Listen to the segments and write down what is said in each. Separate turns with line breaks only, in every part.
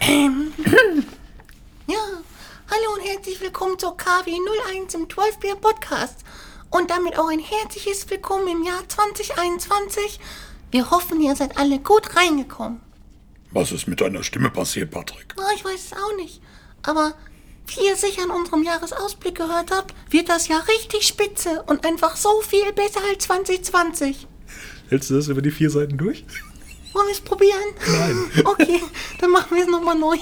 Ähm. ja, hallo und herzlich willkommen zur KW01 im 12 Bier Podcast. Und damit auch ein herzliches Willkommen im Jahr 2021. Wir hoffen, ihr seid alle gut reingekommen.
Was ist mit deiner Stimme passiert, Patrick?
Na, ich weiß es auch nicht. Aber wie ihr sicher in unserem Jahresausblick gehört habt, wird das Jahr richtig spitze und einfach so viel besser als 2020.
Hältst du das über die vier Seiten durch?
Wollen wir es probieren?
Nein.
Okay, dann machen wir es nochmal neu.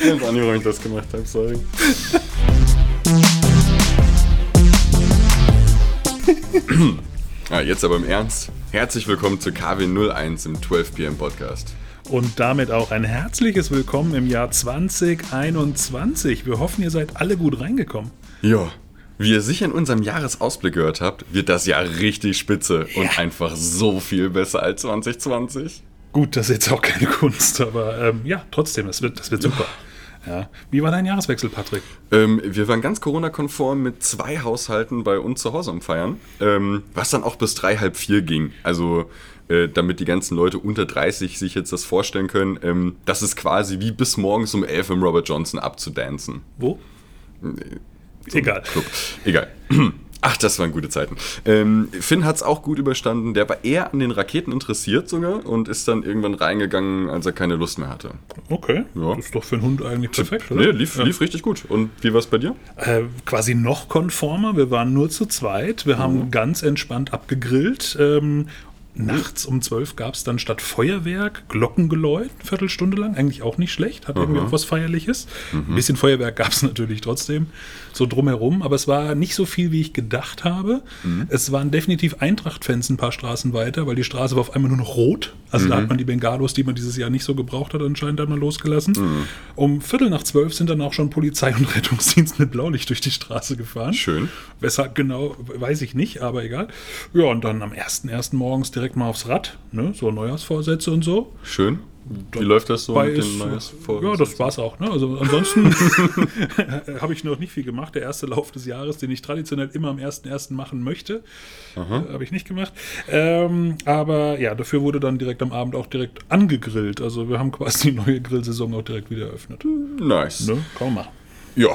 Ich weiß auch nicht, warum ich das gemacht habe, sorry.
Ja, jetzt aber im Ernst. Herzlich willkommen zu KW01 im 12 PM Podcast.
Und damit auch ein herzliches Willkommen im Jahr 2021. Wir hoffen, ihr seid alle gut reingekommen.
Ja. Wie ihr sicher in unserem Jahresausblick gehört habt, wird das Jahr richtig spitze und einfach so viel besser als 2020.
Gut, das ist jetzt auch keine Kunst, aber ähm, ja, trotzdem, das wird, das wird super. Ja. Wie war dein Jahreswechsel, Patrick?
Ähm, wir waren ganz Corona-konform mit zwei Haushalten bei uns zu Hause am Feiern, ähm, was dann auch bis drei, halb vier ging. Also äh, damit die ganzen Leute unter 30 sich jetzt das vorstellen können, ähm, das ist quasi wie bis morgens um elf im Robert Johnson abzudancen.
Wo? Egal.
Egal. Ach, das waren gute Zeiten. Ähm, Finn hat es auch gut überstanden. Der war eher an den Raketen interessiert sogar und ist dann irgendwann reingegangen, als er keine Lust mehr hatte.
Okay,
Ja.
das ist doch für einen Hund eigentlich perfekt, oder?
Nee, lief, lief richtig gut. Und wie war es bei dir?
äh, quasi noch konformer. Wir waren nur zu zweit. Wir haben ganz entspannt abgegrillt. Ähm, nachts um zwölf gab es dann statt Feuerwerk Glockengeläut, eine Viertelstunde lang. Eigentlich auch nicht schlecht. Hat irgendwie auch was Feierliches. Ein bisschen Feuerwerk gab es natürlich trotzdem so drumherum. Aber es war nicht so viel, wie ich gedacht habe. Es waren definitiv Eintracht-Fans ein paar Straßen weiter, weil die Straße war auf einmal nur noch rot. Also da hat man die Bengalos, die man dieses Jahr nicht so gebraucht hat, anscheinend einmal losgelassen. Um Viertel nach zwölf sind dann auch schon Polizei und Rettungsdienst mit Blaulicht durch die Straße gefahren.
Schön.
Weshalb genau, weiß ich nicht, aber egal. Ja, und dann am 1.1. morgens direkt mal aufs Rad, ne? so Neujahrsvorsätze und so.
Schön. Wie läuft das so
Bei
mit
ist,
den neues
ja, das war's auch. Ne? Also ansonsten habe ich noch nicht viel gemacht. Der erste Lauf des Jahres, den ich traditionell immer am 1.1. machen möchte, äh, habe ich nicht gemacht. Ähm, aber ja, dafür wurde dann direkt am Abend auch direkt angegrillt. Also wir haben quasi die neue Grillsaison auch direkt wieder eröffnet.
Hm. Nice.
Ne? Komm mal.
Ja,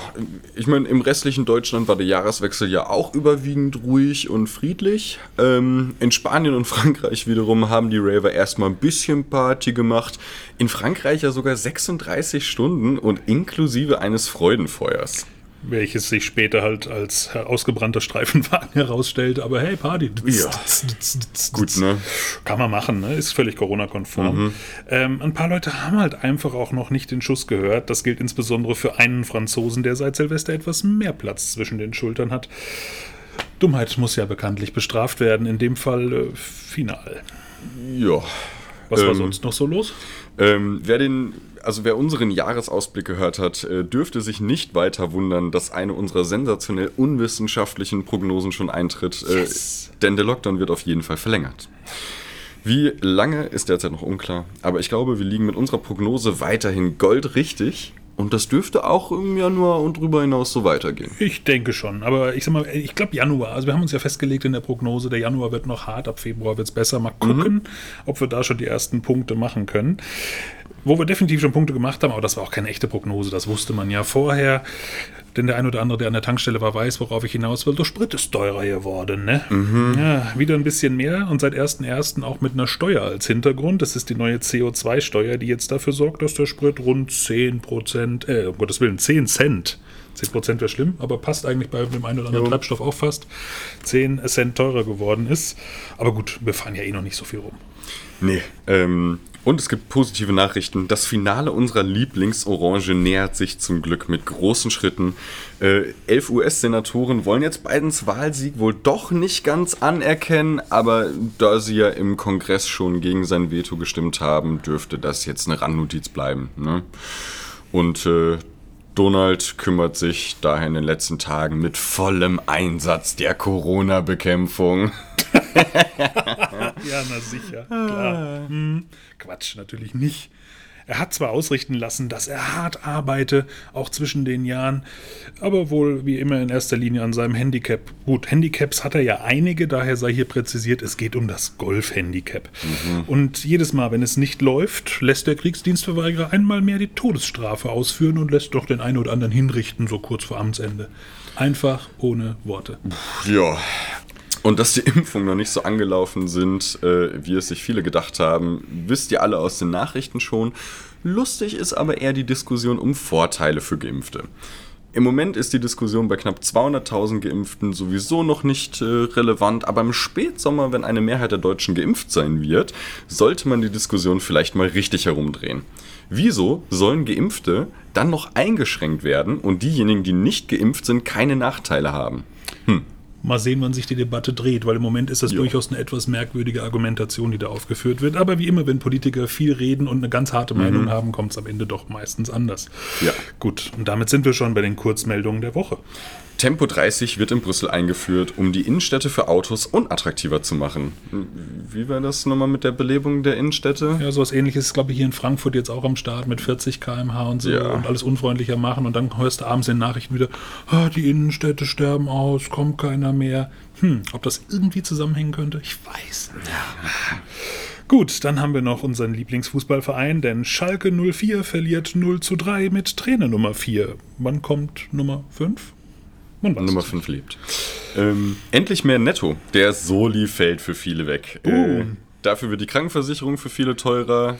ich meine, im restlichen Deutschland war der Jahreswechsel ja auch überwiegend ruhig und friedlich. Ähm, in Spanien und Frankreich wiederum haben die Raver erstmal ein bisschen Party gemacht. In Frankreich ja sogar 36 Stunden und inklusive eines Freudenfeuers.
Welches sich später halt als ausgebrannter Streifenwagen herausstellte, aber hey, Party.
Ja. Gut, ne? Mhm.
Kann man machen, ne? ist völlig Corona-konform. Ähm, ein paar Leute haben halt einfach auch noch nicht den Schuss gehört. Das gilt insbesondere für einen Franzosen, der seit Silvester etwas mehr Platz zwischen den Schultern hat. Dummheit muss ja bekanntlich bestraft werden, in dem Fall äh, final.
Ja.
Was war
Ähm,
sonst noch so los?
Ähm, wer den, also wer unseren Jahresausblick gehört hat, äh, dürfte sich nicht weiter wundern, dass eine unserer sensationell unwissenschaftlichen Prognosen schon eintritt. Äh, Denn der Lockdown wird auf jeden Fall verlängert. Wie lange ist derzeit noch unklar, aber ich glaube, wir liegen mit unserer Prognose weiterhin goldrichtig und das dürfte auch im Januar und drüber hinaus so weitergehen.
Ich denke schon, aber ich sag mal, ich glaube Januar. Also wir haben uns ja festgelegt in der Prognose, der Januar wird noch hart, ab Februar wird es besser. Mal gucken, ob wir da schon die ersten Punkte machen können. Wo wir definitiv schon Punkte gemacht haben, aber das war auch keine echte Prognose, das wusste man ja vorher. Denn der ein oder andere, der an der Tankstelle war, weiß, worauf ich hinaus will. Der Sprit ist teurer geworden, ne? Ja, wieder ein bisschen mehr und seit 1.1. auch mit einer Steuer als Hintergrund. Das ist die neue CO2-Steuer, die jetzt dafür sorgt, dass der Sprit rund 10%, äh, um Gottes Willen, 10 Cent 10% wäre schlimm, aber passt eigentlich bei dem einen oder anderen Treibstoff auch fast. 10 Cent teurer geworden ist. Aber gut, wir fahren ja eh noch nicht so viel rum.
Nee. Ähm, und es gibt positive Nachrichten. Das Finale unserer Lieblingsorange nähert sich zum Glück mit großen Schritten. Äh, elf US-Senatoren wollen jetzt Bidens Wahlsieg wohl doch nicht ganz anerkennen, aber da sie ja im Kongress schon gegen sein Veto gestimmt haben, dürfte das jetzt eine Randnotiz bleiben. Ne? Und äh, Donald kümmert sich daher in den letzten Tagen mit vollem Einsatz der Corona-Bekämpfung.
Ja, na sicher, klar. Hm, Quatsch, natürlich nicht. Er hat zwar ausrichten lassen, dass er hart arbeite, auch zwischen den Jahren, aber wohl wie immer in erster Linie an seinem Handicap. Gut, Handicaps hat er ja einige, daher sei hier präzisiert, es geht um das Golf-Handicap. Und jedes Mal, wenn es nicht läuft, lässt der Kriegsdienstverweigerer einmal mehr die Todesstrafe ausführen und lässt doch den einen oder anderen hinrichten, so kurz vor Amtsende. Einfach ohne Worte.
Ja. Und dass die Impfungen noch nicht so angelaufen sind, äh, wie es sich viele gedacht haben, wisst ihr alle aus den Nachrichten schon. Lustig ist aber eher die Diskussion um Vorteile für Geimpfte. Im Moment ist die Diskussion bei knapp 200.000 Geimpften sowieso noch nicht äh, relevant, aber im Spätsommer, wenn eine Mehrheit der Deutschen geimpft sein wird, sollte man die Diskussion vielleicht mal richtig herumdrehen. Wieso sollen Geimpfte dann noch eingeschränkt werden und diejenigen, die nicht geimpft sind, keine Nachteile haben?
Mal sehen, wann sich die Debatte dreht, weil im Moment ist das
Ja.
durchaus eine etwas merkwürdige Argumentation, die da aufgeführt wird. Aber wie immer, wenn Politiker viel reden und eine ganz harte Meinung haben, kommt es am Ende doch meistens anders.
Mhm. Ja.
Gut, und damit sind wir schon bei den Kurzmeldungen der Woche.
Tempo 30 wird in Brüssel eingeführt, um die Innenstädte für Autos unattraktiver zu machen. Hm, Wie war das nochmal mit der Belebung der Innenstädte?
Ja, sowas ähnliches ist, glaube ich, hier in Frankfurt jetzt auch am Start mit 40 km/h und so
Ja.
und alles unfreundlicher machen. Und dann hörst du abends in den Nachrichten wieder, ah, die Innenstädte sterben aus, kommt keiner mehr. Hm, ob das irgendwie zusammenhängen könnte? Ich weiß. nicht. Gut, dann haben wir noch unseren Lieblingsfußballverein, denn Schalke 04 verliert 0 zu 3 mit Trainer Nummer 4. Wann kommt Nummer 5? Man weiß
Nummer
es
5 lebt. Ähm, endlich mehr Netto. Der Soli fällt für viele weg. Äh, dafür wird die Krankenversicherung für viele teurer.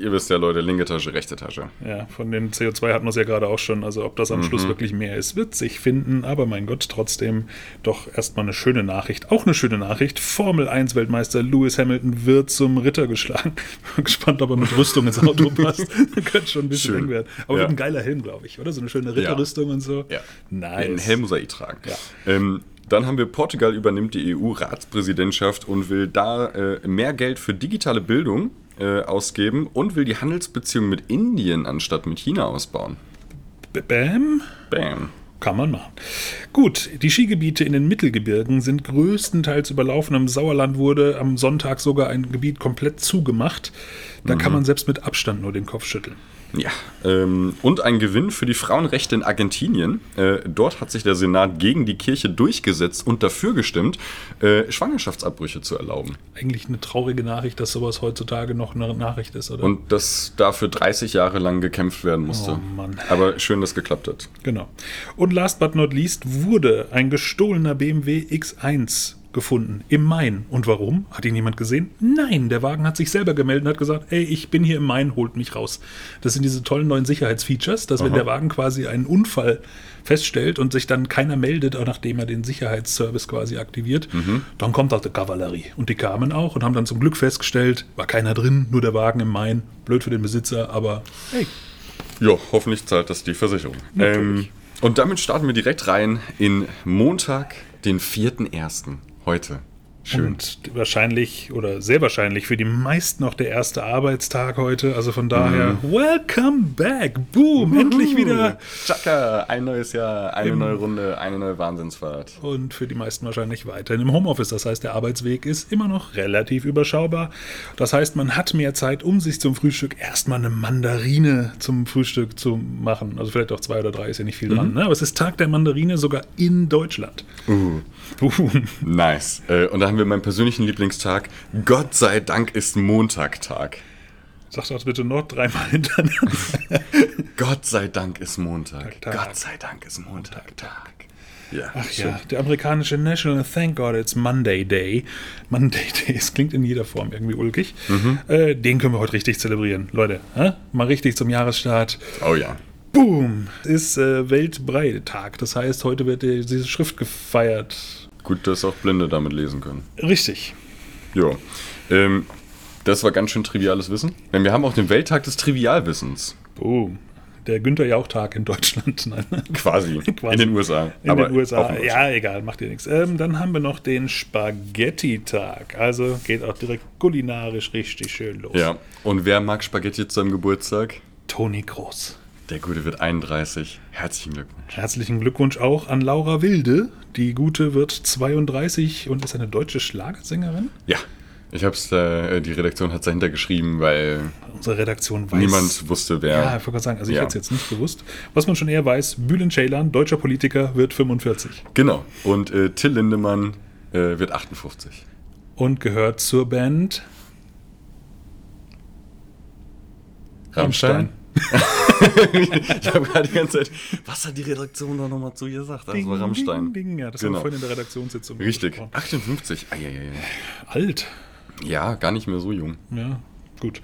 Ihr wisst ja, Leute, linke Tasche, rechte Tasche.
Ja, von dem CO2 hatten wir es ja gerade auch schon. Also ob das
Mhm.
am Schluss wirklich mehr ist, wird sich finden. Aber mein Gott, trotzdem doch erstmal eine schöne Nachricht. Auch eine schöne Nachricht. Formel 1 Weltmeister Lewis Hamilton wird zum Ritter geschlagen. Bin gespannt, ob er mit Rüstung ins Auto passt. Könnte schon ein bisschen
Schön.
eng werden. Aber
Ja.
mit ein geiler Helm, glaube ich, oder? So eine schöne Ritterrüstung und so.
Ja.
Nice.
Den Helm muss er eh tragen.
Ja.
Ähm, dann haben wir Portugal übernimmt die EU-Ratspräsidentschaft und will da äh, mehr Geld für digitale Bildung äh, ausgeben und will die Handelsbeziehungen mit Indien anstatt mit China ausbauen.
Bam.
Bam.
Kann man machen. Gut, die Skigebiete in den Mittelgebirgen sind größtenteils überlaufen. Im Sauerland wurde am Sonntag sogar ein Gebiet komplett zugemacht. Da kann man selbst mit Abstand nur den Kopf schütteln.
Ja. Ähm, und ein Gewinn für die Frauenrechte in Argentinien. Äh, dort hat sich der Senat gegen die Kirche durchgesetzt und dafür gestimmt, äh, Schwangerschaftsabbrüche zu erlauben.
Eigentlich eine traurige Nachricht, dass sowas heutzutage noch eine Nachricht ist, oder?
Und dass dafür 30 Jahre lang gekämpft werden musste.
Oh Mann.
Aber schön, dass geklappt hat.
genau. Und last but not least wurde ein gestohlener BMW X1 gefunden im Main. Und warum? Hat ihn jemand gesehen? Nein, der Wagen hat sich selber gemeldet und hat gesagt, ey, ich bin hier im Main, holt mich raus. Das sind diese tollen neuen Sicherheitsfeatures, dass wenn der Wagen quasi einen Unfall feststellt und sich dann keiner meldet, auch nachdem er den Sicherheitsservice quasi aktiviert, dann kommt halt die Kavallerie. Und die kamen auch und haben dann zum Glück festgestellt, war keiner drin, nur der Wagen im Main. Blöd für den Besitzer, aber hey,
Ja, hoffentlich zahlt das die Versicherung. Ähm, und damit starten wir direkt rein in Montag, den 4.1. Heute. Schön.
Und wahrscheinlich oder sehr wahrscheinlich für die meisten noch der erste Arbeitstag heute. Also von daher, welcome back. Boom, endlich wieder.
Tschakka, ein neues Jahr, eine neue Runde, eine neue Wahnsinnsfahrt.
Und für die meisten wahrscheinlich weiterhin im Homeoffice. Das heißt, der Arbeitsweg ist immer noch relativ überschaubar. Das heißt, man hat mehr Zeit, um sich zum Frühstück erstmal eine Mandarine zum Frühstück zu machen. Also vielleicht auch zwei oder drei, ist ja nicht viel dran. Ne? Aber es ist Tag der Mandarine sogar in Deutschland. Uh.
Nice. Äh, und da haben wir meinen persönlichen Lieblingstag. Gott sei Dank ist Montagtag.
Sag das bitte noch dreimal hintereinander.
Gott sei Dank ist Montag.
Tag, Tag.
Gott sei Dank ist Montagtag. Ja,
Ach ja, der amerikanische National Thank God It's Monday Day. Monday Day, es klingt in jeder Form irgendwie ulkig.
Mhm.
Äh, den können wir heute richtig zelebrieren. Leute, hä? mal richtig zum Jahresstart.
Oh ja.
Boom! Ist äh, Weltbreitag. Das heißt, heute wird äh, diese Schrift gefeiert.
Gut, dass auch Blinde damit lesen können.
Richtig.
Ja. Ähm, das war ganz schön triviales Wissen. Denn wir haben auch den Welttag des Trivialwissens.
Boom. Der Günther Jauch-Tag in Deutschland. Nein.
Quasi.
Quasi.
In den USA.
In den USA.
offen.
Ja, egal, macht dir nichts. Ähm, dann haben wir noch den Spaghetti-Tag. Also geht auch direkt kulinarisch richtig schön los.
ja. Und wer mag Spaghetti zu seinem Geburtstag?
Toni Groß.
Der Gute wird 31. Herzlichen Glückwunsch.
Herzlichen Glückwunsch auch an Laura Wilde. Die Gute wird 32 und ist eine deutsche Schlagersängerin.
Ja. Ich hab's da, äh, die Redaktion hat's dahinter geschrieben, weil
Unsere Redaktion weiß.
niemand wusste, wer.
Ja, ich wollte gerade sagen, also ich
Ja.
hätte es jetzt nicht gewusst. Was man schon eher weiß, Bülent Ceylan, deutscher Politiker, wird 45
Genau. Und äh, Till Lindemann äh, wird 58.
und gehört zur Band Rammstein.
ich habe gerade die ganze Zeit. Was hat die Redaktion da nochmal zu ihr gesagt? Das war Rammstein.
Ding, ding, ding. Ja, das Oh. haben wir
genau.
vorhin in der Redaktionssitzung
Richtig.
besprochen.
58. Eieiei.
Alt.
Ja, gar nicht mehr so jung.
Ja, gut.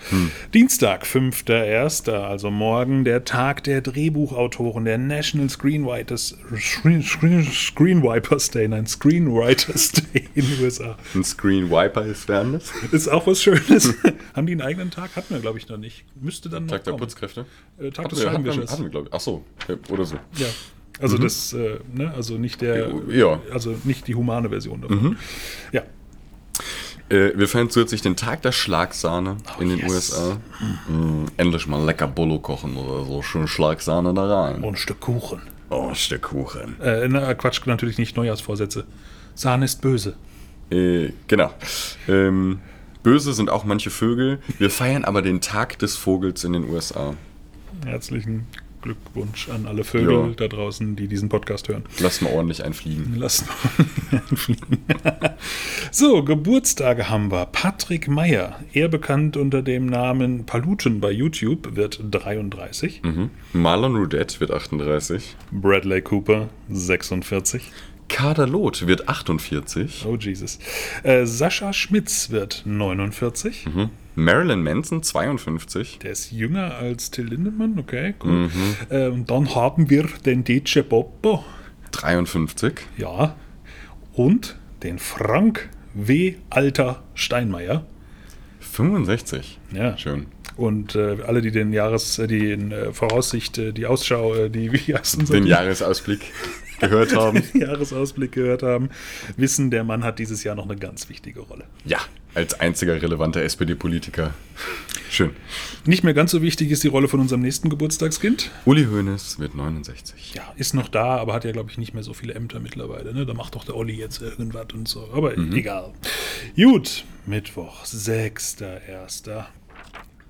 Dienstag, 5.1., also morgen, der Tag der Drehbuchautoren, der National Screenwriters, Screen, Screen, Screenwriters Day, nein, Screenwriters Day in den USA.
Ein Screen Wiper ist Fairness.
Ist auch was Schönes. Haben die einen eigenen Tag? Hatten wir, glaube ich, noch nicht. Müsste dann noch
Tag der
kommen.
Putzkräfte.
Äh, Tag
Hatten
des
wir- hatten wir-
Scheibenwischers.
Hatten wir, glaube ich. Ach so. Ja, Oder so.
Ja. Also das, äh, ne, also nicht der,
Ja.
also nicht die humane Version davon. Ja.
Äh, wir feiern zusätzlich den Tag der Schlagsahne in den
Oh, yes.
USA. Mm, endlich mal lecker Bolo kochen oder so. Schön Schlagsahne da rein.
Und ein Stück Kuchen.
Oh, ein Stück Kuchen.
Äh, na, Quatsch, natürlich nicht Neujahrsvorsätze. Sahne ist böse.
Äh, genau. Ähm, böse sind auch manche Vögel. Wir feiern aber den Tag des Vogels in den USA.
Herzlichen Glückwunsch an alle Vögel
Ja.
da draußen, die diesen Podcast hören.
Lass mal ordentlich einfliegen.
Lassen wir fliegen. so, Geburtstage haben wir. Patrick Meyer, eher bekannt unter dem Namen Paluten bei YouTube, wird 33.
Hm. Mhm. Marlon Rudette wird 38.
Bradley Cooper, 46.
Kader Loth wird 48.
Oh Jesus. Äh, Sascha Schmitz wird 49.
Marilyn Manson 52.
Der ist jünger als Till Lindemann, okay, cool. Äh, und dann haben wir den DJ Boppo,
53.
ja, und den Frank W. Alter Steinmeier.
65.
Ja.
Schön.
Und äh, alle, die den Jahres, äh, die in, äh, Voraussicht, äh, die Ausschau, äh, die wie heißt unser
Den Jahresausblick gehört haben.
Jahresausblick gehört haben, wissen, der Mann hat dieses Jahr noch eine ganz wichtige Rolle.
Ja, als einziger relevanter SPD-Politiker. Schön.
Nicht mehr ganz so wichtig ist die Rolle von unserem nächsten Geburtstagskind.
Uli Hoeneß wird 69.
ja, ist noch da, aber hat ja, glaube ich, nicht mehr so viele Ämter mittlerweile. Ne? Da macht doch der Olli jetzt irgendwas und so. Aber
Mhm.
egal. Gut, Mittwoch, 6.1.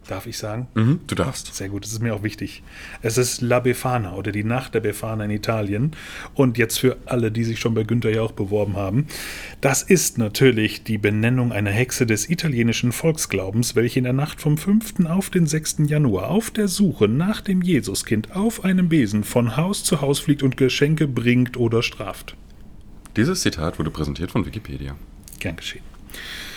Darf ich sagen?
Mhm, du darfst.
Sehr gut, das ist mir auch wichtig. Es ist La Befana oder die Nacht der Befana in Italien. Und jetzt für alle, die sich schon bei Günther Jauch beworben haben. Das ist natürlich die Benennung einer Hexe des italienischen Volksglaubens, welche in der Nacht vom 5. auf den 6. Januar auf der Suche nach dem Jesuskind auf einem Besen von Haus zu Haus fliegt und Geschenke bringt oder straft.
Dieses Zitat wurde präsentiert von Wikipedia.
Gern geschehen.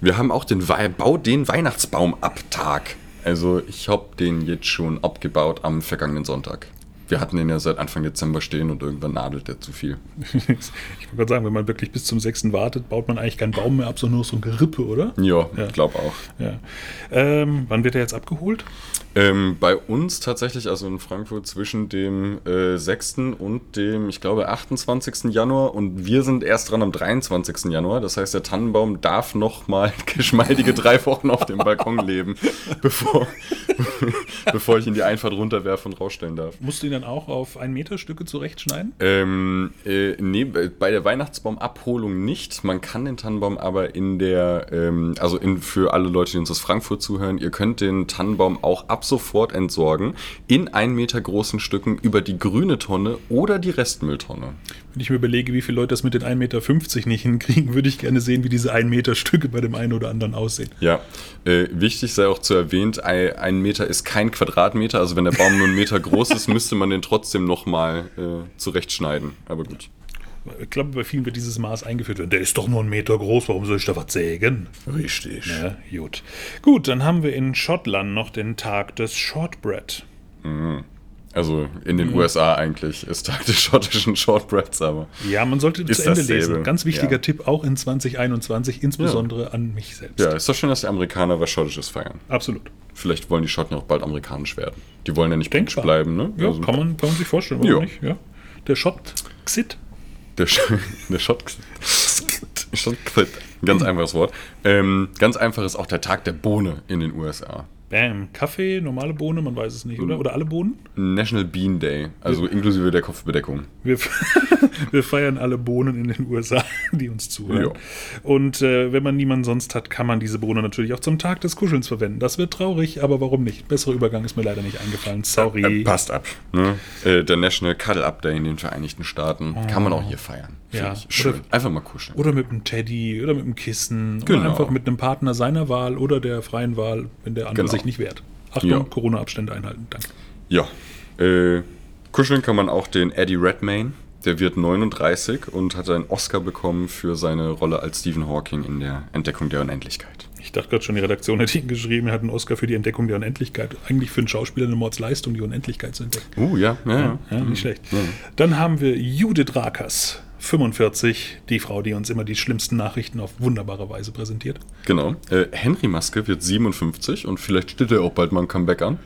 Wir haben auch den Wei Bau den Weihnachtsbaum ab Tag. Also ich habe den jetzt schon abgebaut am vergangenen Sonntag. Wir hatten den ja seit Anfang Dezember stehen und irgendwann nadelt der zu viel.
ich wollte gerade sagen, wenn man wirklich bis zum 6. wartet, baut man eigentlich keinen Baum mehr ab, sondern nur so ein Gerippe, oder?
Ja, ich glaube auch.
Ja. Ähm, wann wird er jetzt abgeholt?
Ähm, bei uns tatsächlich, also in Frankfurt, zwischen dem äh, 6. und dem, ich glaube, 28. Januar und wir sind erst dran am 23. Januar. Das heißt, der Tannenbaum darf noch mal geschmeidige drei Wochen auf dem Balkon leben, bevor, bevor ich ihn die Einfahrt runterwerfe und rausstellen darf.
Musst du ihn dann auch auf ein Meter Stücke zurechtschneiden?
Ähm, äh, nee, bei der Weihnachtsbaumabholung nicht. Man kann den Tannenbaum aber in der, ähm, also in, für alle Leute, die uns aus Frankfurt zuhören, ihr könnt den Tannenbaum auch ab sofort entsorgen in ein Meter großen Stücken über die grüne Tonne oder die Restmülltonne.
Wenn ich mir überlege, wie viele Leute das mit den 1,50 Meter nicht hinkriegen, würde ich gerne sehen, wie diese 1 Meter Stücke bei dem einen oder anderen aussehen.
Ja, äh, wichtig sei auch zu erwähnt, ein, ein Meter ist kein Quadratmeter, also wenn der Baum nur einen Meter groß ist, müsste man den trotzdem nochmal äh, zurechtschneiden. Aber gut.
Ich glaube, bei vielen wird dieses Maß eingeführt werden. Der ist doch nur einen Meter groß, warum soll ich da was sägen?
Richtig.
Ja, gut. Gut, dann haben wir in Schottland noch den Tag des Shortbread.
Also in den USA eigentlich ist Tag des schottischen Shortbreads, aber.
Ja, man sollte zu
Ist
Ende
dasselbe.
lesen. Ganz wichtiger
Ja.
Tipp auch in 2021, insbesondere an mich selbst.
Ja, ist doch schön, dass die Amerikaner was Schottisches feiern.
Absolut.
Vielleicht wollen die Schotten ja auch bald amerikanisch werden. Die wollen ja nicht britisch
Denkbar.
bleiben, ne?
Ja,
Also
kann, man, kann man sich vorstellen, warum
Ja.
nicht? Ja. Der Schott Xit.
Der, Sch- der Schott. Schott. Ganz einfaches Wort. Ähm, ganz einfach ist auch der Tag der Bohne in den USA.
Bam. Kaffee, normale Bohne, man weiß es nicht,
Mhm.
oder? Oder alle Bohnen?
National Bean Day, also inklusive der Kopfbedeckung.
Wir, f- wir feiern alle Bohnen in den USA. die uns zuhören. Und äh, wenn man niemanden sonst hat, kann man diese Bohne natürlich auch zum Tag des Kuschelns verwenden. Das wird traurig, aber warum nicht? Besserer Übergang ist mir leider nicht eingefallen. Sorry.
Äh, passt ab. Ne? Äh, der National Cuddle Up Day in den Vereinigten Staaten kann man auch hier feiern. Finde
Ah. Ja.
ich Schön.
Oder-
Einfach mal kuscheln.
Oder mit einem Teddy oder mit einem Kissen
Genau.
oder einfach mit einem Partner seiner Wahl oder der freien Wahl, wenn der andere
Genau.
sich nicht wehrt. Achtung,
Ja.
Corona-Abstände einhalten, danke.
Ja. Äh, kuscheln kann man auch den Eddie Redmayne. Der wird 39 und hat einen Oscar bekommen für seine Rolle als Stephen Hawking in der Entdeckung der Unendlichkeit.
Ich dachte gerade schon, die Redaktion hätte ihn geschrieben, er hat einen Oscar für die Entdeckung der Unendlichkeit. Eigentlich für einen Schauspieler eine Mordsleistung, die Unendlichkeit zu entdecken.
Uh, ja, ja, ja.
Ja, nicht schlecht. Dann haben wir Judith Rakers, 45, die Frau, die uns immer die schlimmsten Nachrichten auf wunderbare Weise präsentiert.
Genau. Äh, Henry Maske wird 57 und vielleicht steht er auch bald mal ein Comeback an.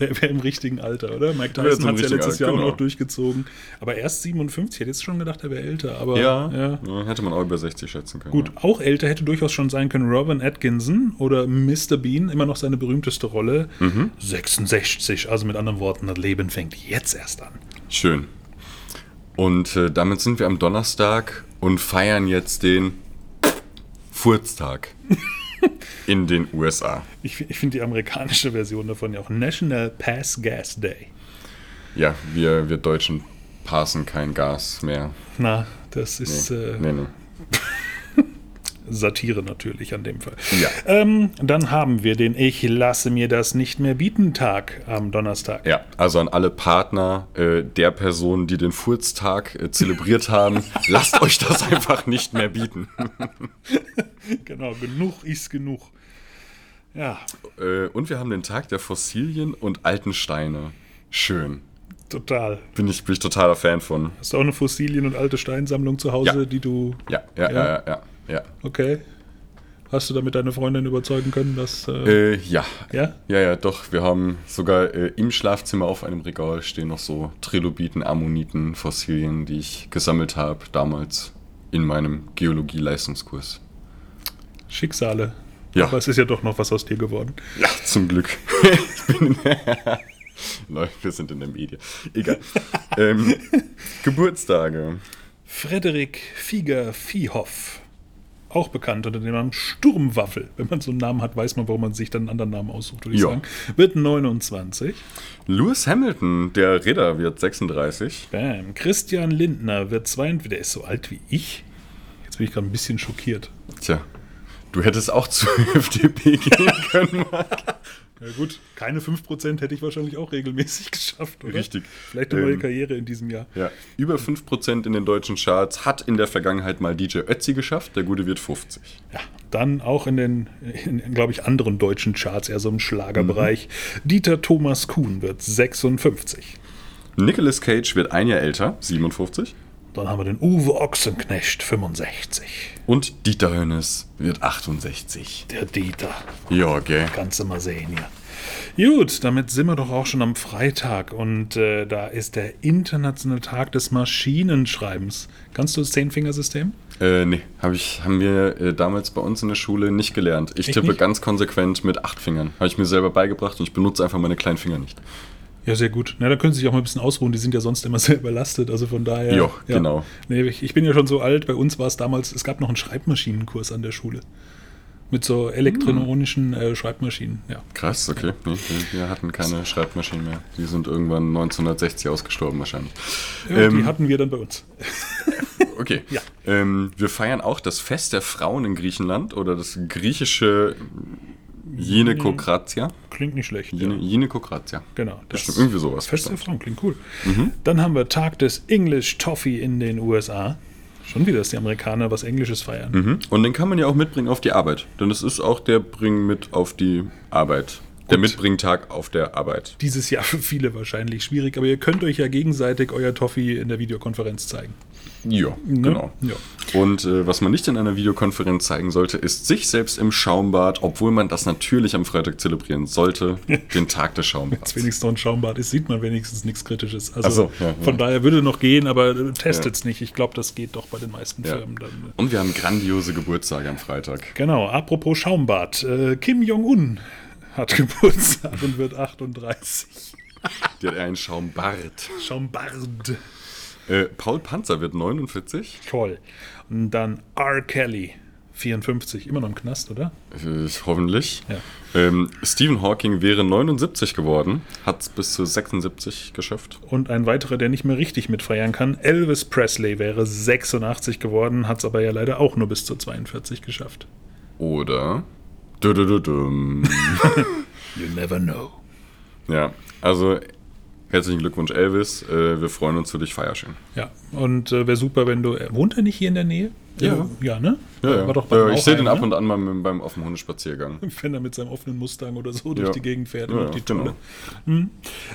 Er wäre im richtigen Alter, oder? Mike
Wäre jetzt
Tyson
im
hat es ja
richtigen
letztes
Alter,
Jahr
genau.
auch noch durchgezogen. Aber erst 57, ich hätte jetzt schon gedacht, er wäre älter. Aber
Ja, ja, hätte man auch über 60 schätzen können.
Gut, auch älter hätte durchaus schon sein können Robin Atkinson oder Mr. Bean, immer noch seine berühmteste Rolle.
Mhm.
66, also mit anderen Worten, das Leben fängt jetzt erst an.
Schön. Und äh, damit sind wir am Donnerstag und feiern jetzt den Furztag in den USA.
Ich, fi- ich finde die amerikanische Version davon ja auch National Pass Gas Day.
Ja, wir, wir Deutschen passen kein Gas mehr.
Na, das ist äh,
Nee, nee.
Satire natürlich an dem Fall.
Ja.
Ähm, dann haben wir den Ich lasse mir das nicht mehr bieten Tag am Donnerstag.
Ja, also an alle Partner äh, der Personen, die den Furztag äh, zelebriert haben, lasst euch das einfach nicht mehr bieten.
Genau, genug ist genug. Ja,
Äh, und wir haben den Tag der Fossilien und alten Steine. Schön.
total.
Bin ich, bin ich totaler Fan von.
Hast du auch eine Fossilien- und alte Steinsammlung zu Hause,
Ja.
die du
Ja, ja, ja, ja, ja. ja.
Okay. Hast du damit deine Freundin überzeugen können, dass. Äh,
Äh, ja.
Ja?
Ja, ja, doch. Wir haben sogar äh, im Schlafzimmer auf einem Regal stehen noch so Trilobiten, Ammoniten, Fossilien, die ich gesammelt habe damals in meinem Geologie-Leistungskurs.
Schicksale.
Ja.
Aber es ist ja doch noch was aus dir geworden.
Ja, zum Glück. ich bin Leute, wir sind in der Medien. Egal. ähm, Geburtstage.
Frederik Fieger Viehhoff. Auch bekannt unter dem Namen Sturmwaffel. Wenn man so einen Namen hat, weiß man, warum man sich dann einen anderen Namen aussucht, würde ich
Ja.
sagen. Wird 29.
Lewis Hamilton, der Ritter, wird 36.
Bam. Christian Lindner wird 22. Der ist so alt wie ich. Jetzt bin ich gerade ein bisschen schockiert.
Tja, du hättest auch zur FDP gehen können.
Ja gut, keine 5% hätte ich wahrscheinlich auch regelmäßig geschafft, oder?
Richtig.
Vielleicht eine neue
Ähm,
Karriere in diesem Jahr.
Ja, über 5% in den deutschen Charts hat in der Vergangenheit mal DJ Ötzi geschafft, der Gute wird 50.
Ja, dann auch in den, in, in, glaube ich, anderen deutschen Charts, eher so im Schlagerbereich. Dieter Thomas Kuhn wird 56.
Nicolas Cage wird ein Jahr älter, 57.
Dann haben wir den Uwe Ochsenknecht, 65.
Und Dieter Hönes wird 68.
Der Dieter,
Ja, gell.
kannst du mal sehen hier. Gut, damit sind wir doch auch schon am Freitag und äh, da ist der internationale Tag des Maschinenschreibens. Kannst du das Zehnfingersystem?
Äh, nee, hab ich, haben wir äh, damals bei uns in der Schule nicht gelernt. Ich
Echt
tippe
nicht?
ganz konsequent mit acht Fingern. Habe ich mir selber beigebracht und ich benutze einfach meine kleinen Finger nicht.
Ja, sehr gut. Na, da können Sie sich auch mal ein bisschen ausruhen. Die sind ja sonst immer sehr überlastet. Also von daher.
Jo,
ja.
genau.
Nee, ich, ich bin ja schon so alt. Bei uns war es damals, es gab noch einen Schreibmaschinenkurs an der Schule. Mit
Ah.
so elektronischen äh, Schreibmaschinen. Ja.
Krass, okay. Nee, wir- wir hatten keine Schreibmaschinen mehr. Die sind irgendwann 1960 ausgestorben wahrscheinlich.
ja die
Ähm,
hatten wir dann bei uns.
Okay.
Ja.
Ähm, wir feiern auch das Fest der Frauen in Griechenland oder das griechische Jinekokratia.
Klingt nicht schlecht.
Jine,
Mhm. Ja.
Jinekokratia.
Genau.
Bestimmt Mhm. irgendwie sowas.
Fest der Frauen, klingt cool. Dann haben wir Tag des English Toffee in den USA. Schon wieder, dass die Amerikaner was Englisches feiern.
Mhm. Und den kann man ja auch mitbringen auf die Arbeit. Denn es ist auch der Bring mit auf die Arbeit. Der Mitbringtag auf der Arbeit.
Dieses Jahr für viele wahrscheinlich schwierig, aber ihr könnt euch ja gegenseitig euer Toffee in der Videokonferenz zeigen.
Ja, genau.
Ne? Ja.
Und äh, was man nicht in einer Videokonferenz zeigen sollte, ist sich selbst im Schaumbad, obwohl man das natürlich am Freitag zelebrieren sollte, den Tag des Schaumbads.
Jetzt wenigstens noch ein Schaumbad ist, sieht man wenigstens nichts Kritisches. Also
Ach so, ja,
von
ja.
daher würde noch gehen, aber äh, testet's nicht. Ich glaube, das geht doch bei den meisten
Ja.
Firmen dann. ne?
Und wir haben grandiose Geburtstage am Freitag.
Genau, apropos Schaumbad. Äh, Kim Jong-un hat Geburtstag und wird 38.
Die hat einen Schaumbart.
Schaumbard.
Äh, Paul Panzer wird 49.
Toll. Und dann R. Kelly, 54. Immer noch im Knast, oder?
Äh, hoffentlich.
Ja.
Ähm, Stephen Hawking wäre 79 geworden, hat es bis zu 76 geschafft.
Und ein weiterer, der nicht mehr richtig mitfeiern kann, Elvis Presley wäre 86 geworden, hat es aber ja leider auch nur bis zu 42 geschafft.
Oder. Dü-dü-dü-düm.
You never know.
ja, also herzlichen Glückwunsch, Elvis. Äh, wir freuen uns für dich, Feierschön.
Ja, und äh, wäre super, wenn du. äh, Wohnt er nicht hier in der Nähe?
Ja.
Ja, ne?
Ja, ja.
War doch
ja, ich sehe den ab
und
und an mal mit, beim auf dem Hundespaziergang.
ne? wenn er mit seinem offenen Mustang oder so durch
Ja.
die Gegend fährt.
Ja,
und auf die Tour.
genau.
Hm.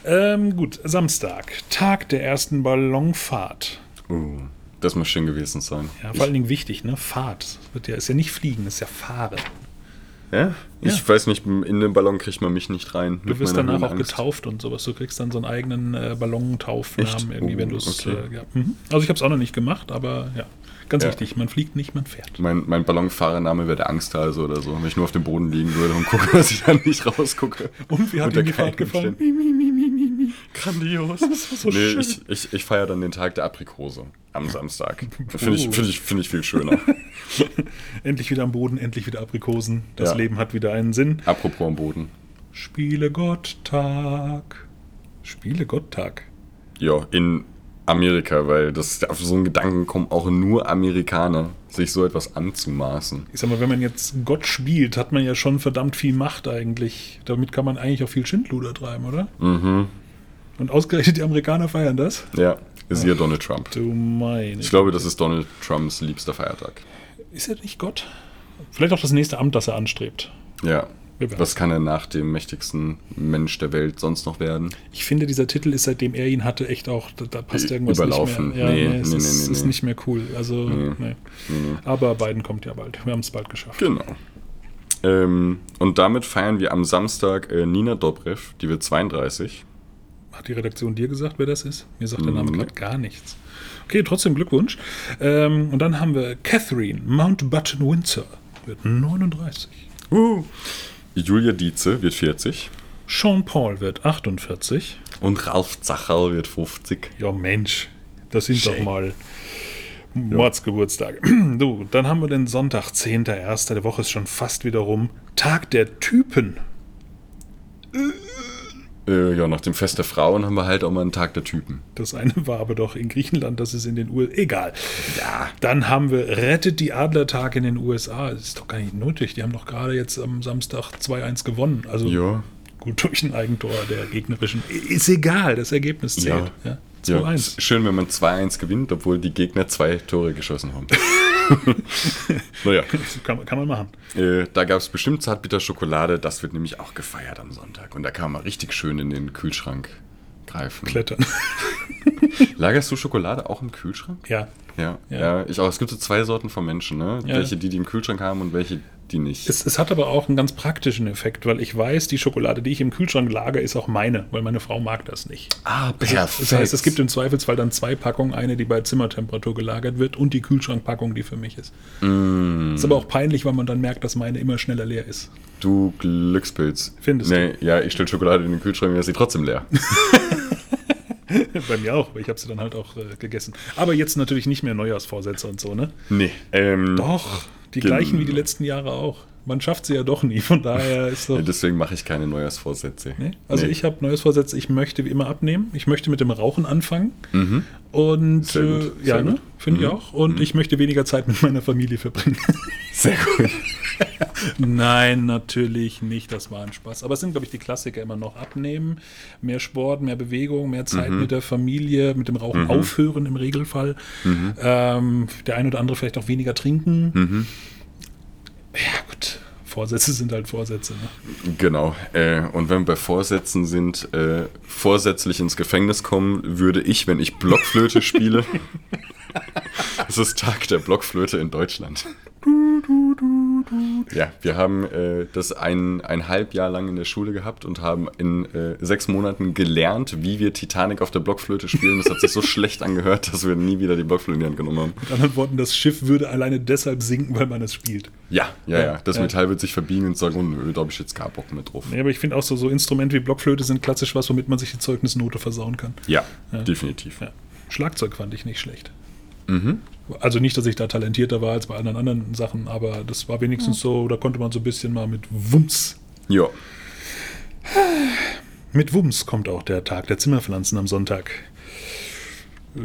Ähm, gut, Samstag, Tag der ersten Ballonfahrt.
Uh, das muss schön gewesen sein.
Ja, vor allen Dingen wichtig, ne? Fahrt. Das wird ja, ist ja nicht fliegen, ist ja fahren.
Ja? Ich
Ja.
weiß nicht, in den Ballon kriegt man mich nicht rein.
Du wirst danach auch getauft und sowas. Du kriegst dann so einen eigenen äh, Ballontaufnamen
Echt?
irgendwie, wenn
Oh,
du es.
okay.
Äh, ja. mhm. Also ich habe es auch noch nicht gemacht, aber ja, ganz
Ja.
wichtig, man fliegt nicht, man fährt.
Mein, mein Ballonfahrername wäre der Angsthase oder so, wenn ich nur auf dem Boden liegen würde und gucke, dass ich da nicht rausgucke.
Und wie hat
Unter
ihm die Fahrt
keinen
gefallen?
Umständen.
Mi, mi, mi, mi, mi, mi.
Grandios.
Das war so
nee,
schön.
ich, ich, ich feiere dann den Tag der Aprikose am Samstag. Finde
Oh.
ich, find ich, find ich viel schöner.
Endlich wieder am Boden, endlich wieder Aprikosen. Das
Ja.
Leben hat wieder einen Sinn.
Apropos am Boden.
Spiele Gott-Tag. Spiele Gott-Tag.
Ja, in Amerika, weil das auf so einen Gedanken kommen auch nur Amerikaner, sich so etwas anzumaßen.
Ich sag mal, wenn man jetzt Gott spielt, hat man ja schon verdammt viel Macht eigentlich. Damit kann man eigentlich auch viel Schindluder treiben, oder? Mhm. Und ausgerechnet die Amerikaner feiern das?
Ja, siehe Donald Trump.
Du meine.
Ich glaube, das ist Donald Trumps liebster Feiertag.
Ist er nicht Gott? Vielleicht auch das nächste Amt, das er anstrebt.
Ja.
Wir werden-
Was kann er nach dem mächtigsten Mensch der Welt sonst noch werden?
Ich finde, dieser Titel ist, seitdem er ihn hatte, echt auch, da, da passt
Ü-
irgendwas
überlaufen.
nicht mehr. Ja,
Nee,
es
nee,
ist,
nee, nee,
ist
nee.
nicht mehr cool. Also, nee. Aber Biden kommt ja bald. Wir haben es bald geschafft.
Genau. Ähm, und damit feiern wir am Samstag äh, Nina Dobrev, die wird 32.
Hat die Redaktion dir gesagt, wer das ist? Mir sagt der Name
Nee.
gerade gar nichts. Okay, trotzdem Glückwunsch. Ähm, und dann haben wir Catherine Mountbatten Windsor. Wird 39.
Uh. Julia Dietze wird 40.
Sean Paul wird 48.
Und Ralf Zacherl wird 50.
Ja, Mensch, das sind doch
Shit.
mal Mordsgeburtstage. Du, dann haben wir den Sonntag, 10.01. Der Woche ist schon fast wieder rum. Tag der Typen.
Äh, ja, nach dem Fest der Frauen haben wir halt auch mal einen Tag der Typen.
Das eine war aber doch in Griechenland, das ist in den USA. Egal. Ja. Dann haben wir Rettet die Adlertag in den USA. Das ist doch gar nicht nötig. Die haben doch gerade jetzt am Samstag 2-1 gewonnen. Also
Ja.
gut durch ein Eigentor der gegnerischen. Ist egal, das Ergebnis zählt. Ja.
Ja,
2-1.
ist schön, wenn man 2-1 gewinnt, obwohl die Gegner zwei Tore geschossen haben. naja,
Kann, kann man machen.
äh, da gab es bestimmt Zartbitter Schokolade, das wird nämlich auch gefeiert am Sonntag. Und da kann man richtig schön in den Kühlschrank greifen.
Klettern.
Lagerst du Schokolade auch im Kühlschrank?
ja.
Ja,
Ja.
ja. ich auch. Es gibt so zwei Sorten von Menschen, ne?
Ja.
Welche, die die im Kühlschrank haben und welche, die nicht.
Es, es hat aber auch einen ganz praktischen Effekt, weil ich weiß, die Schokolade, die ich im Kühlschrank lager, ist auch meine, weil meine Frau mag das nicht.
ah, perfekt.
Das heißt, es gibt im Zweifelsfall dann zwei Packungen, eine, die bei Zimmertemperatur gelagert wird und die Kühlschrankpackung, die für mich ist. Ist aber auch peinlich, weil man dann merkt, dass meine immer schneller leer ist.
du Glückspilz.
Findest
nee, ja, ich stelle Schokolade in den Kühlschrank und ist sie trotzdem leer.
Bei mir auch, weil ich habe sie dann halt auch äh, gegessen. Aber jetzt natürlich nicht mehr Neujahrsvorsätze und so, ne?
nee. Ähm,
Doch, die
Genau.
gleichen wie die letzten Jahre auch. Man schafft sie ja doch nie, von daher ist doch...
Ja, deswegen mache ich keine Neujahrsvorsätze.
Nee? Also
Nee.
ich habe neues Vorsätze, ich möchte wie immer abnehmen, ich möchte mit dem Rauchen anfangen und
Mhm. Sehr gut,
Äh,
sehr
ja, ne?
gut. Mhm.
finde ich auch und ich möchte weniger Zeit mit meiner Familie verbringen.
Sehr gut.
Nein, natürlich nicht, das war ein Spaß. Aber es sind, glaube ich, die Klassiker immer noch abnehmen, mehr Sport, mehr Bewegung, mehr Zeit
Mhm.
mit der Familie, mit dem Rauchen aufhören im Regelfall,
Mhm.
ähm, der ein oder andere vielleicht auch weniger trinken. Ja gut, Vorsätze sind halt Vorsätze. Ne?
Genau. Äh, und wenn wir bei Vorsätzen sind, äh, vorsätzlich ins Gefängnis kommen, würde ich, wenn ich Blockflöte spiele. Es ist Tag der Blockflöte in Deutschland. Ja, wir haben äh, das ein, ein halb Jahr lang in der Schule gehabt und haben in äh, sechs Monaten gelernt, wie wir Titanic auf der Blockflöte spielen. Das hat sich so schlecht angehört, dass wir nie wieder die Blockflöte in die Hand genommen haben.
Mit anderen Worten, das Schiff würde alleine deshalb sinken, weil man es spielt.
Ja, ja,
Ja,
ja. Das
ja.
Metall wird sich verbiegen und sagen, oh nö, da habe ich jetzt gar Bock mehr drauf.
Ja, aber ich finde auch so, so Instrumente wie Blockflöte sind klassisch was, womit man sich die Zeugnisnote versauen kann.
Ja, definitiv.
Ja. Schlagzeug fand ich nicht schlecht. Also nicht, dass ich da talentierter war als bei anderen anderen Sachen, aber das war wenigstens so, da konnte man so ein bisschen mal mit Wumms.
Ja.
Mit Wumms kommt auch der Tag der Zimmerpflanzen am Sonntag. Äh,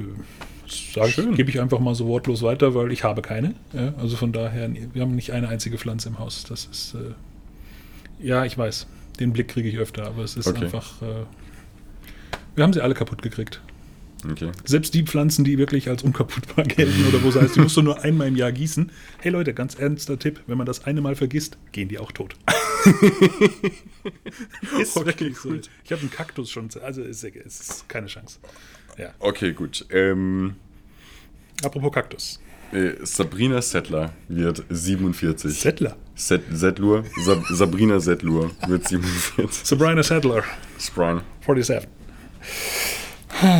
das sag ich- Gebe ich einfach mal so wortlos weiter, weil ich habe keine. Ja, also von daher, nee, wir haben nicht eine einzige Pflanze im Haus. Das ist, äh, ja, ich weiß, den Blick kriege ich öfter, aber es ist
Okay.
einfach, äh, wir haben sie alle kaputt gekriegt.
Okay.
Selbst die Pflanzen, die wirklich als unkaputtbar gelten oder wo es heißt, die musst du nur einmal im Jahr gießen. Hey Leute, ganz ernster Tipp, wenn man das eine Mal vergisst, gehen die auch tot. ist wirklich so. Ich habe einen Kaktus schon, also ist, ist keine Chance. Ja.
Okay, gut. Ähm,
Apropos Kaktus.
äh, Sabrina Settler wird 47.
Settler.
Set Settlur? Sab Sabrina Settlur wird 47.
Sabrina Sattler,
Sprung.
47.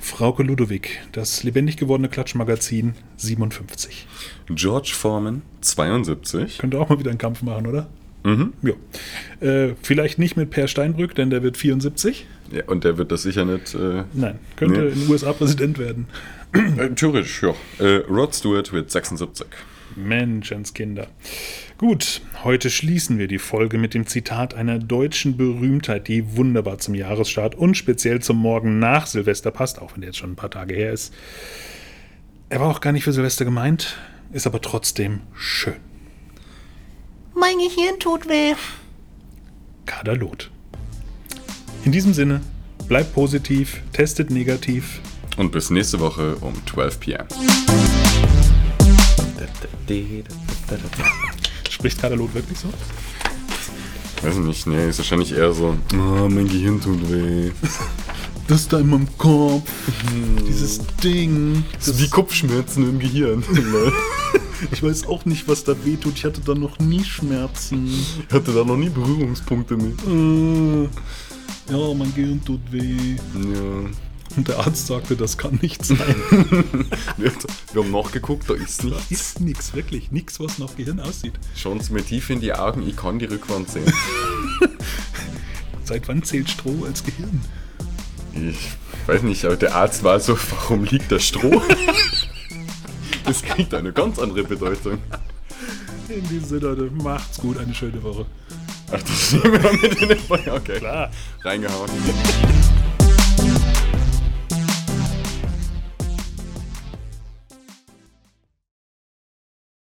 Frauke Ludowig, das lebendig gewordene Klatschmagazin 57.
George Foreman, 72.
Könnte auch mal wieder einen Kampf machen, oder? Mhm. Ja. Äh, vielleicht nicht mit Per Steinbrück, denn der wird 74.
Ja, und der wird das sicher nicht. Äh,
Nein, könnte
Nee.
in den USA Präsident werden.
äh, theoretisch, ja. Äh, Rod Stewart wird 76.
Menschenskinder. Gut, heute schließen wir die Folge mit dem Zitat einer deutschen Berühmtheit, die wunderbar zum Jahresstart und speziell zum Morgen nach Silvester passt, auch wenn der jetzt schon ein paar Tage her ist. Er war auch gar nicht für Silvester gemeint, ist aber trotzdem schön.
Mein Gehirn tut weh.
Kaderlot. In diesem Sinne, bleibt positiv, testet negativ.
Und bis nächste Woche um 12 p.m.
Spricht Kaderlot wirklich so?
Weiß nicht, nee, ist wahrscheinlich eher so, oh, mein Gehirn tut weh.
Das ist da in meinem Kopf. Dieses Ding.
Das ist wie Kopfschmerzen im Gehirn. Lol.
Ich weiß auch nicht, was da wehtut. Ich hatte da noch nie Schmerzen. Äh.
Ich hatte da noch nie Berührungspunkte mit.
Ja, mein Gehirn tut weh.
Ja.
Und der Arzt sagte, das kann nicht sein.
Wir wir haben nachgeguckt, da ist
Da
nichts.
ist nix, wirklich. Nix, was nach Gehirn aussieht.
Schauen Sie mir tief in die Augen, ich kann die Rückwand sehen.
Seit wann zählt Stroh als Gehirn?
Ich weiß nicht, aber der Arzt war so, warum liegt da Stroh? Das kriegt eine ganz andere Bedeutung.
In diesem Sinne, Leute, macht's gut. Eine schöne Woche.
Ach, das nehmen wir mit in den Fall. Okay,
Klar.
reingehauen.